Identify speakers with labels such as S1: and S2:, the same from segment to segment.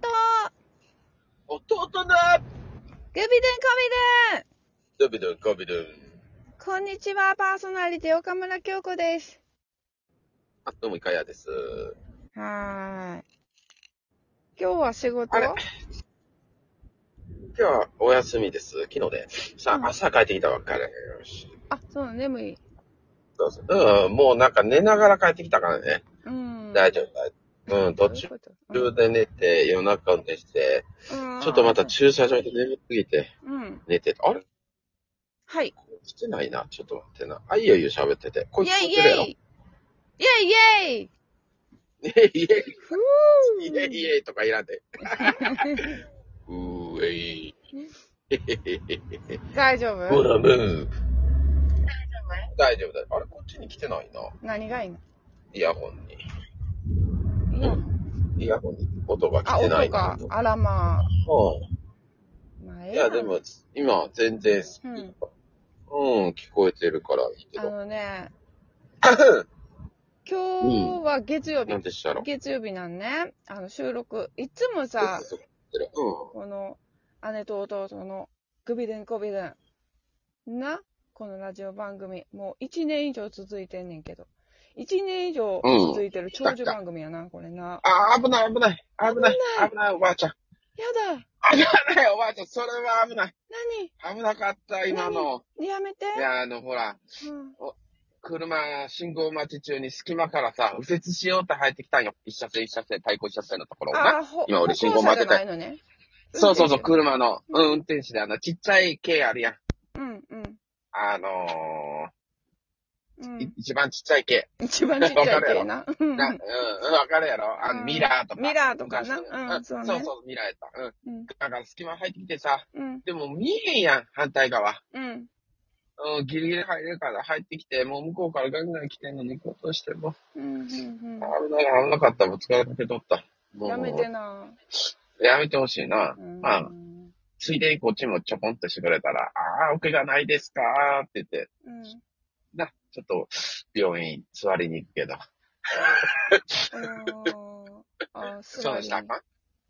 S1: と、
S2: 弟だ
S1: グビデンコビデン
S2: ドビドコビドゥ
S1: こんにちは、パーソナリティ岡村京子です。
S2: あ、どうも、いかやです。
S1: はーい。今日は仕事
S2: あれ今日はお休みです。昨日で。さ
S1: うん
S2: あ、朝帰ってきたばっかりだけどよし。
S1: あ、そう、眠い。
S2: どうぞ。うん、もうなんか寝ながら帰ってきたからね。
S1: うん。
S2: 大丈夫、大丈夫。うん、
S1: そうい
S2: 途
S1: う
S2: 中
S1: こと
S2: で寝て、夜中運転して、
S1: うん
S2: ちょっとまた駐車場で眠すぎて、
S1: うん。
S2: 寝てた。あれ
S1: はい。
S2: 来てないな。ちょっと待ってな。あ、いよいよ喋ってて。こ
S1: イ
S2: いつ
S1: ェイ
S2: 来
S1: イ
S2: てるや
S1: ェ
S2: ろ。
S1: イイェイイェイ
S2: イェイイェイ
S1: ふ
S2: イエイイエイとかいら んで。うーえい。
S1: ー大丈
S2: ほ
S1: 夫
S2: ら、ムー。大丈夫だよ。あれ、こっちに来てないな。
S1: 何がいいの
S2: イヤホンに。
S1: いや
S2: イヤホンに音が
S1: あ、
S2: 来てな
S1: 音
S2: いな
S1: か。。あらまあ。
S2: う
S1: まあ
S2: ん。いや、で。も、今、全然スピーカー、うん、聞こえてるからいい
S1: ええ
S2: け
S1: やんあ
S2: ど。
S1: のね、今日は月曜日
S2: なん。でしたろ
S1: 月曜日なんね。あの、収録。いつも
S2: う
S1: さ、
S2: ん。
S1: この、姉と弟の、グビデンコビデン。な、このラジオ番組。もう1年以上続いてんねんけど。1年以上
S2: うん
S1: 続いてる長寿番組やな、これな。
S2: あー、危ない、危ない、危ない、危ない、おばあちゃん。
S1: やだ
S2: 危ない、おばあちゃん、それは危ない。危なかった、今の。
S1: 何やめて
S2: いや、あの、ほら、
S1: うん
S2: 車、信号待ち中に隙間からさ、右折しようって入ってきたんよ。一車線、一車線、対向一車線のところをな。
S1: あー、ほ、
S2: 今俺
S1: 歩行
S2: 信号
S1: 者
S2: 待って
S1: じゃ
S2: た
S1: ないのね。
S2: そうそうそ
S1: 運
S2: う、
S1: 転
S2: 車の、うん、運転手で、あの、ちっちゃい軽あるやん。
S1: 手うん、うん。
S2: あの
S1: う
S2: ーい
S1: ん、
S2: 一番ちっちゃい軽。
S1: 一番ちっちゃい系な。うん
S2: な、うん、うん、わかるやろあ
S1: う
S2: の、
S1: ん
S2: ミラーとか。
S1: ミラーとかな
S2: 昔の
S1: うんそうね
S2: そうそう、ミラーやった。うん。
S1: うん、
S2: だから隙間入ってきてさ、
S1: うん、
S2: でも見えんやん、反対側。
S1: うん。
S2: うん、ギリギリ入れるから入ってきて、もう向こうからガンガン来てんのに行こうとしても、
S1: うん、うん、
S2: 危ない、危なかった、ぶつからかけとった。
S1: う
S2: も
S1: ん。
S2: う
S1: やめてな。
S2: やめてほしいな。
S1: うん
S2: まあ、ついでにこっちもちょこんとしてくれたら、ああ、お怪がないですかーって言って、
S1: うん。
S2: な、ちょっと、病院座りに行くけど。
S1: あのー、あー、す
S2: そ
S1: ご
S2: うで
S1: い
S2: した
S1: ね
S2: か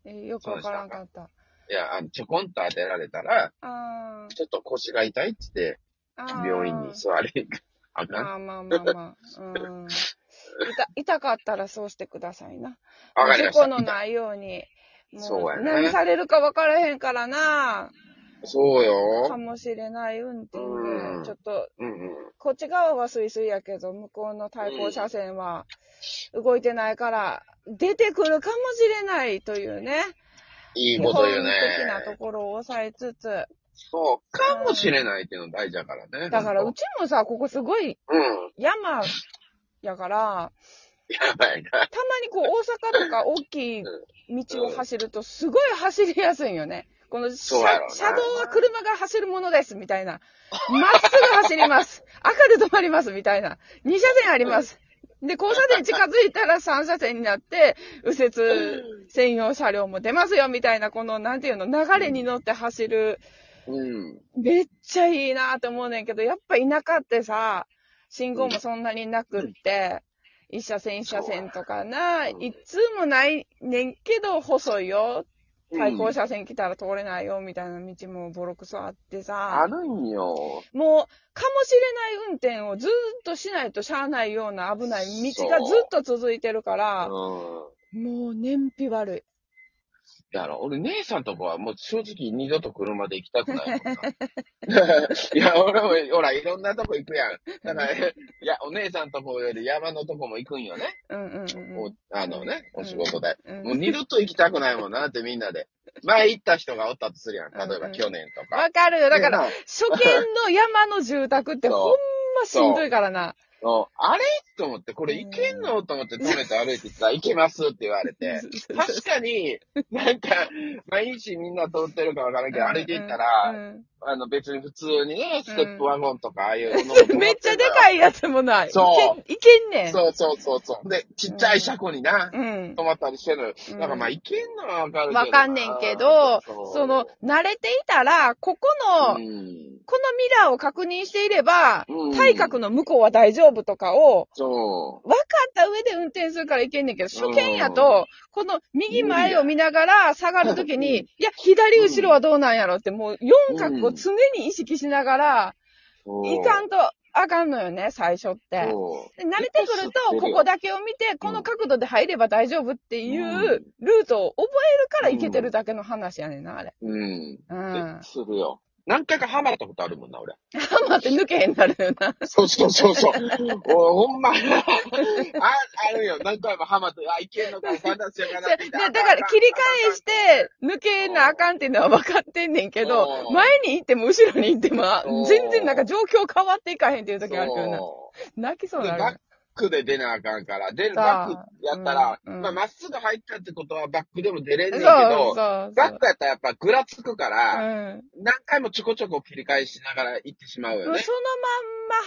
S1: えーよくわからんかった。
S2: いや、あの、ちょこんと当てられたら、
S1: あー
S2: ちょっと腰が痛いってって、
S1: あー。
S2: 病院に座りに行く。あかん。
S1: まあまあまあまあ。うん。痛、痛かったらそうしてくださいな。
S2: わかりま
S1: 事
S2: し
S1: 故
S2: た。
S1: のないように。
S2: そうやね
S1: 何されるか分からへんからな。
S2: そう
S1: か
S2: よ。
S1: もしれない運転
S2: うん
S1: で、ちょっと、
S2: うんうん。
S1: こっち側はスイスイやけど、向こうの対向車線は動いてないから、出てくるかもしれないというね。
S2: い
S1: 基
S2: いこ
S1: 本
S2: と言う
S1: 的なと
S2: ね。
S1: ころを抑えつつ、
S2: そう、かもしれないっていうの大事だからね。
S1: だから、
S2: う
S1: うちもさ、ここすごい
S2: ん。
S1: 山やから、
S2: やばいな。
S1: たまにこう大阪とか大きい道を走ると、すごい走りやすいんよね。この車
S2: そうやろな
S1: 車道は車が走るものです、みたいな。まっすぐ走ります。赤で止まります、みたいな。2車線あります。で、交差点近づいたら3車線になって、右折専用車両も出ますよ、みたいな、この、なんていうの、流れに乗って走る。
S2: うん。
S1: めっちゃいいなと思うねんけど、やっぱ田舎ってさ、信号もそんなになくって、一車線一車線とかな、
S2: そう
S1: いつもないねんけど細いよ。対向
S2: 車。
S1: 車線来たら通れないよみたいな道もボロクソあって
S2: あ
S1: さ、
S2: るんよ。
S1: もうかもしれない運転をずーっとしないとしゃあないような危ない道がずっと続いてるか
S2: う
S1: ら、
S2: ん。
S1: もう燃費悪い。
S2: だから、俺、姉さんとこはもう正直二度と車で行きたくないもん な。いや、俺も、ほら、いろんなとこ行くやん。だから、いや、お姉さんとこより山のとこも行くんよね。
S1: うんうんうんう
S2: お
S1: ん。
S2: あのね、お仕事で。
S1: うん
S2: もう二度と行きたくないもんなってみんなで。前行った人がおったとするやん。例えば去年とか。
S1: わかるよ。だから、
S2: で、
S1: 初見の山の住宅って
S2: そう
S1: ほんましんどいからな。
S2: なおあれと思って、これ行けんのと思って止めて歩いてたら、行けますって言わ れて。確かに、なんか、毎日みんな通ってるかわからんけど、歩いて行ったら、
S1: うん
S2: あの別に普通にね、ステップワゴンとか、ああい うの
S1: めっちゃでかいやつもない。
S2: そう
S1: いけんいけんねん。
S2: そうそうそうそう。で、ちっちゃい車庫にな、
S1: うん。
S2: 止まったりしてる。
S1: うん
S2: なんかまあ、いけんのはわかるけどな。
S1: わかんねんけど、その、慣れていたら、ここの、
S2: う
S1: このミ
S2: ん、
S1: ラーを確認していれば、
S2: うん
S1: 対角の向こうは大丈夫とかを、
S2: そ
S1: 分かった上で運転するからいけんねんけど、初見やと、この右前を見ながら下がるときに、
S2: う
S1: いや、左後ろはどうなんやろって、もう四角を常に意識しながら、
S2: う。
S1: いかんとあかんのよね、最初って。
S2: そ
S1: で慣れてくると、ここだけを見て、この角度で入れば大丈夫っていうルートを覚えるからいけてるだけの話やねんな、あれ。
S2: う。うん。
S1: うん。
S2: で
S1: ハ
S2: するよ。何回かハマったことあるもんな、俺。
S1: マって抜けへんなるよな。
S2: そうそうそ うそう。おほんまあ、あるよ。何回もハマって、あ、いけんのか、フ ァンタジーかなって
S1: でだから切り返して、抜けなあかんっていうのは分かってんねんけ
S2: う
S1: ど、
S2: ん
S1: 前に行っても後ろに行っても
S2: うん、
S1: 全然なんか状況変わっていかへんっていう時あるよな。
S2: そう
S1: 泣きそうに
S2: でバ
S1: な
S2: ッ
S1: る。
S2: クで出なあかんから、出る
S1: さあ
S2: バックやったら、
S1: うんうん
S2: まあ、まっすぐ入ったってことはバックでも出れん
S1: そう
S2: ねんけど、
S1: そうそ
S2: バッ
S1: う。
S2: クやったらやっぱぐらつくか
S1: うん、そ
S2: ら、
S1: の
S2: 何回もちょこちょこ切り返しながら行ってしまう
S1: まん
S2: よ
S1: ま
S2: ね。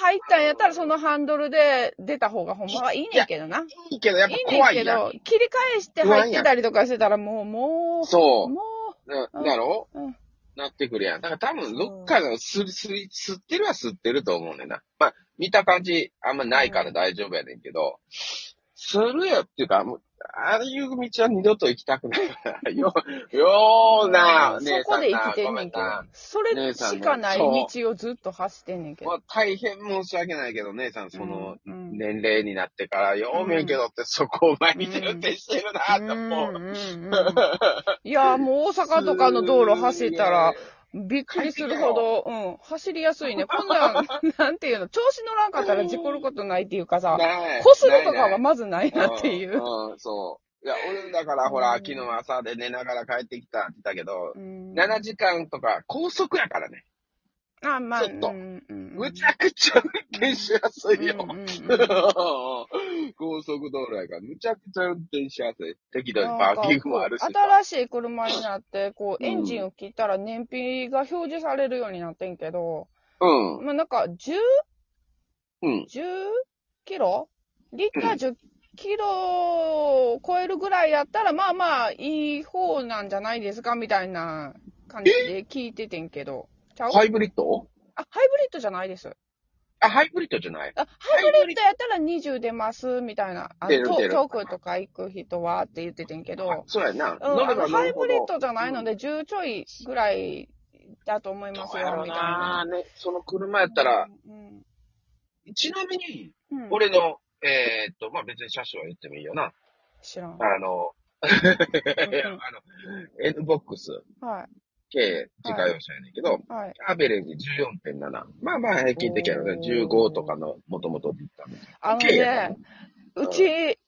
S1: 入ったんやったら、そのハンドルで出た方がほんまはいいねんけどな。
S2: いいけど、やっぱ
S1: いいねん
S2: 怖
S1: け
S2: いやん。
S1: ど、切り返して入ってたりとかしてたらもう、もう、
S2: そ
S1: も
S2: う。な
S1: うん
S2: だろ
S1: うん
S2: なってくるやん。だから多分、
S1: そう
S2: どっかがすりすり、吸ってるは吸ってると思うねんな。まあ、見た感じ、あんまないから大丈夫やねんけど、するよっていうか、もう、ああいう道は二度と行きたくないから。よ、よ
S1: う、
S2: ーな、
S1: そ
S2: 姉さ
S1: こ
S2: ん
S1: で
S2: な
S1: 生きてんねんけ
S2: ご
S1: ど
S2: めな、
S1: それしかない道をずっと走ってんねんけ
S2: も
S1: ど。
S2: う大変申し訳ないけど、姉さん、その、
S1: うん、
S2: 年齢になってから、よう見るけどって、そこを前見て運転してるなって思う。
S1: うんうんうんいやー、もう大阪とかの道路走ったら、びっくりするほど、うん、走りやすいね。こん なん、なんていうの、調子乗らんかったら事故ることないっていうかさ、
S2: ない
S1: こするとか
S2: な
S1: はいまずない
S2: ない
S1: な っていう。
S2: うん、うんそう。いや、俺、だから、ほ
S1: うん
S2: ら、昨日朝で寝ながら帰ってきたって言ったけど、
S1: うん
S2: 7時間とか、高速やからね。
S1: あ、まあ、
S2: ちょっと
S1: うんうん
S2: むちゃくちゃ運転しやすいよ。
S1: うんうんうん
S2: 高速道路やから、むちゃくちゃ運転しやすい。適度にパーキングもあるし
S1: なん。かこう新しい車になって、こう、エンジンを切ったら燃費が表示されるようになってんけど、
S2: うん。
S1: まあなんか10、
S2: うん。
S1: 10キロリッター10キロを超えるぐらいやったら、まあまあいい方なんじゃないですかみたいな感じで聞いててんけど。ちゃう、
S2: ハイブリッド
S1: あ、ハイブリッドじゃないです。あ、
S2: あ、ハイブリッドじゃない
S1: ハイブリッドやったら20出ます、みたいな。あ
S2: 出る
S1: と
S2: 出る
S1: 遠くとか行く人はって言っててんけ
S2: あ
S1: ど。
S2: そうやな。
S1: うん、あのハイブリッ
S2: ド
S1: ドじゃないので、10ちょいぐらいだと思いますよ、みたいな。
S2: な。ね、その車やったら、
S1: うん、
S2: ちなみに、
S1: うん、
S2: 俺の、えーっと、まあ、別に車種は言ってもいいよな。
S1: 知らん。
S2: あの、い やあの、N ボックス
S1: は
S2: 系自家用車やねんけど、
S1: い、はい。
S2: アベレージ14.7。まあまあ平均的やろね。15とかの元々で言ったんで
S1: あの
S2: 軽や
S1: ね、うち、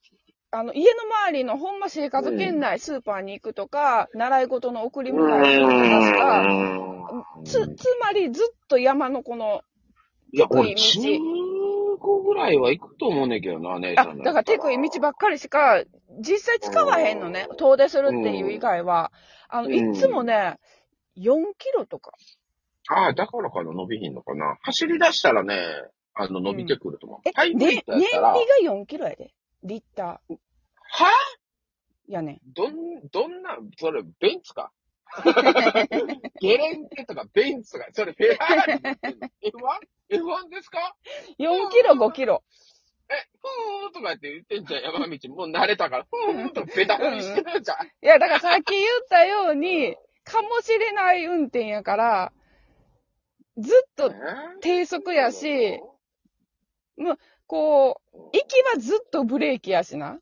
S1: あの、家の周りのほんま生活圏内、スーパーに行くとか、習い事の送り
S2: う
S1: 迎えするとかしか、
S2: ーん
S1: つ、つまりずっと山のこの、
S2: いや、俺、
S1: 低い
S2: 15ぐらいは行くと思うねんけどな、姉
S1: あ
S2: さん、の。
S1: だから手食い道ばっかりしか、実際使わへんのね
S2: うん。
S1: 遠出するっていう以外は。あの、
S2: うん
S1: いつもね、4キロとか。
S2: ああ、だからかな、伸びひんのかな。走り出したらね、あの、伸びてくると思う。
S1: え、
S2: ハイブリッ
S1: ね、
S2: ド
S1: 燃
S2: やった
S1: 費
S2: ら、
S1: が
S2: は
S1: 4キロやで。リッターやねん。
S2: ぁどん、どんな、それ、ベン ツか。ゲレンデとかベンツとか、それ、フェラーリって言ってんの。F1?F1 ですか
S1: 4キロ、5キロ。
S2: え、ふーんとかって言ってんじゃん、山道。もう慣れたから、ふーんとベタ踏みしてるじゃん。
S1: いや、だからさっき言ったように、かもしれない運転やから、ずっと低速やし、こう、行きはずっとブレーキやしな。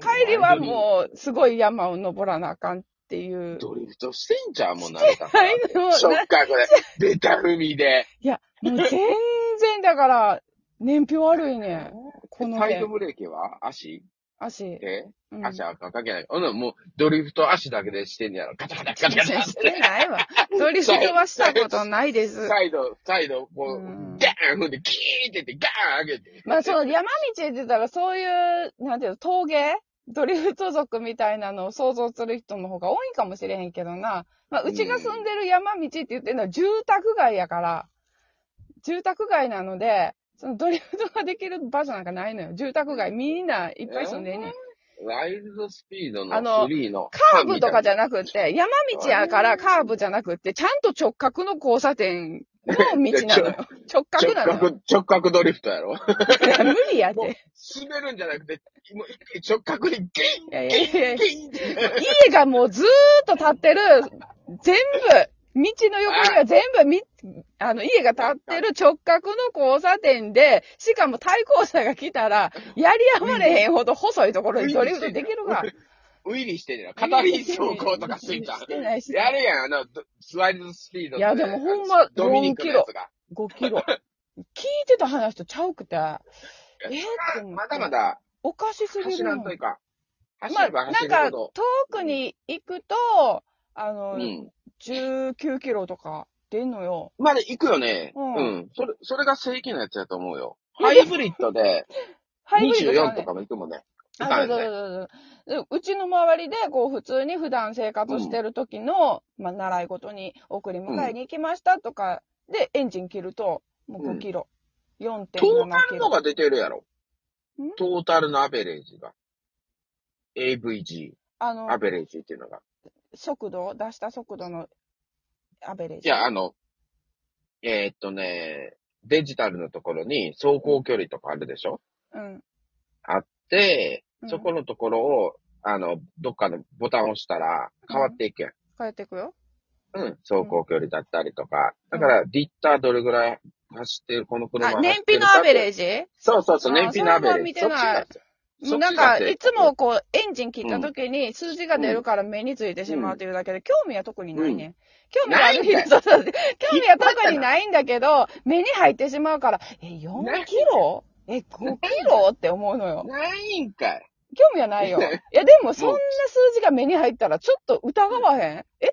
S1: 帰りはもう、すごい山を登らなあかんっていう。
S2: ドリフトしてんじゃん、もう慣れたか
S1: はい
S2: ら。、
S1: もう、
S2: ショ
S1: な
S2: ッカーこれ、ベタ踏みで。
S1: もう全然だから、燃費悪いね。この
S2: サイド
S1: 辺、
S2: ブレーキは足
S1: 足。
S2: で
S1: うん
S2: 足はかけない。ほんならもう、ドリフト足だけでしてんやろ。ガタガタガタガタっ。
S1: しててない わ。ドリフトはしたことないです。
S2: サイド、サイド、こう
S1: うん、
S2: ガーン踏んで、キーンってって、ガーン上げて。
S1: まあそう、山道へ出たらそういう、なんていうの、峠ドリフト族みたいなのを想像する人の方が多いかもしれへんけどな。まあ、うちが住んでる山道って言ってるのは住宅街やから、住宅街なので、そのドリフトができる場所なんかないのよ。住宅街みんないっぱい住んでんねん。
S2: ワイルドスピード
S1: あの
S2: のフリーの。
S1: カーブとかじゃ
S2: な
S1: なくて、山道やからカーブじゃなくて、ちゃんと直角の交差点の 道なのよ。直角
S2: 直
S1: なのよ。
S2: 角、直角ドリフトやろ
S1: いや無理やっ
S2: もう
S1: て。
S2: 滑るんじゃなくて、もう一回直角にギ
S1: いやい
S2: ン
S1: や
S2: ギン
S1: いやいや
S2: ギンって。
S1: 家がもうずーっと建ってる、全部、道の横には全部み、あの、家が建ってる直角の交差点で、しかも対向車が来たら、やり合われへんほど細いところにドリフトできるか。
S2: ウィリーしてんじゃん。片輪走行とかすんじゃん
S1: してないしてない
S2: やるやん、あの、ドスワイルドスピードって。
S1: いやでもほんま
S2: あのドミニクのやつが。
S1: 5キロ。聞いてた話とちゃうくて。えーって思って
S2: まだまだ
S1: おかしすぎ
S2: 走
S1: るの。
S2: ら
S1: ま
S2: んといか。走
S1: あ、
S2: れば
S1: なん
S2: 走る
S1: か、
S2: ほ
S1: 遠
S2: ど。
S1: くに行くと、あの、
S2: うん。
S1: 19キロとか出んのよ。
S2: まだ行くよね。
S1: うん
S2: うん。それ、それが正規のやつやと思うよ。
S1: いや
S2: ハイブリッドで、
S1: ハイブリッドじゃない
S2: 24とかも行くもんね。行
S1: あ、
S2: か
S1: そ
S2: な
S1: う
S2: い
S1: そう
S2: ね。
S1: そうそうで。うちの周りで、こう、普通に普段生活してる時の、まあ、習い事に送り迎えに行きましたとか、で、エンジン切ると、もう
S2: う
S1: 5
S2: ん
S1: キロ、4.7
S2: トータ
S1: キ
S2: ル
S1: ロ
S2: の。が出てるやろ
S1: ん。
S2: トータルのアベレージが。AVG、
S1: あの
S2: ア、ベレージっていうのが。
S1: 速度、出した速度のアベレージ。
S2: いや、あの、えーっとね、デジタルのところに走行距離とかあるでしょ
S1: うん。
S2: で、
S1: うん
S2: そこのところを、あの、どっかのボタンを押したら変わっていくやん。
S1: 変えていくよ。
S2: うん、走行距離だったりとか。だから、リッターどれぐらい走ってる、この車
S1: あ、
S2: 走って
S1: 燃費
S2: る
S1: のアベレ
S2: ジ。
S1: ージ
S2: そうそうそう、
S1: あー
S2: 燃費のアベレージ。
S1: それは
S2: そっちだそっち
S1: もうな
S2: だ
S1: んか、
S2: って
S1: いつもこう、エンジン切った時に数字が出るから目についてしまうというだけで、興味は特にないねん。興味はある日
S2: な いん
S1: そうそう興味は特にないんだけど、目に入ってしまうから、え、4キロえ、5キロって思うのよ。
S2: ないんかい。
S1: 興味はないよ。いや、でもそんな数字が目に入ったら、ちょっと疑わへんえ、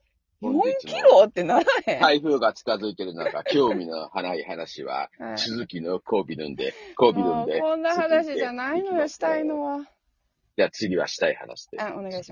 S1: 4
S2: もう出ち
S1: キ
S2: まう
S1: ロってならへん、
S2: 台風が近づいて る中、興味のない話は、
S1: はい
S2: 鈴木のコービルンで、コービル
S1: も
S2: ン
S1: う
S2: で。
S1: こんな話じゃないのよ、したいの
S2: は。
S1: は。
S2: じゃあ次はしたい話で。
S1: あ、お願いします。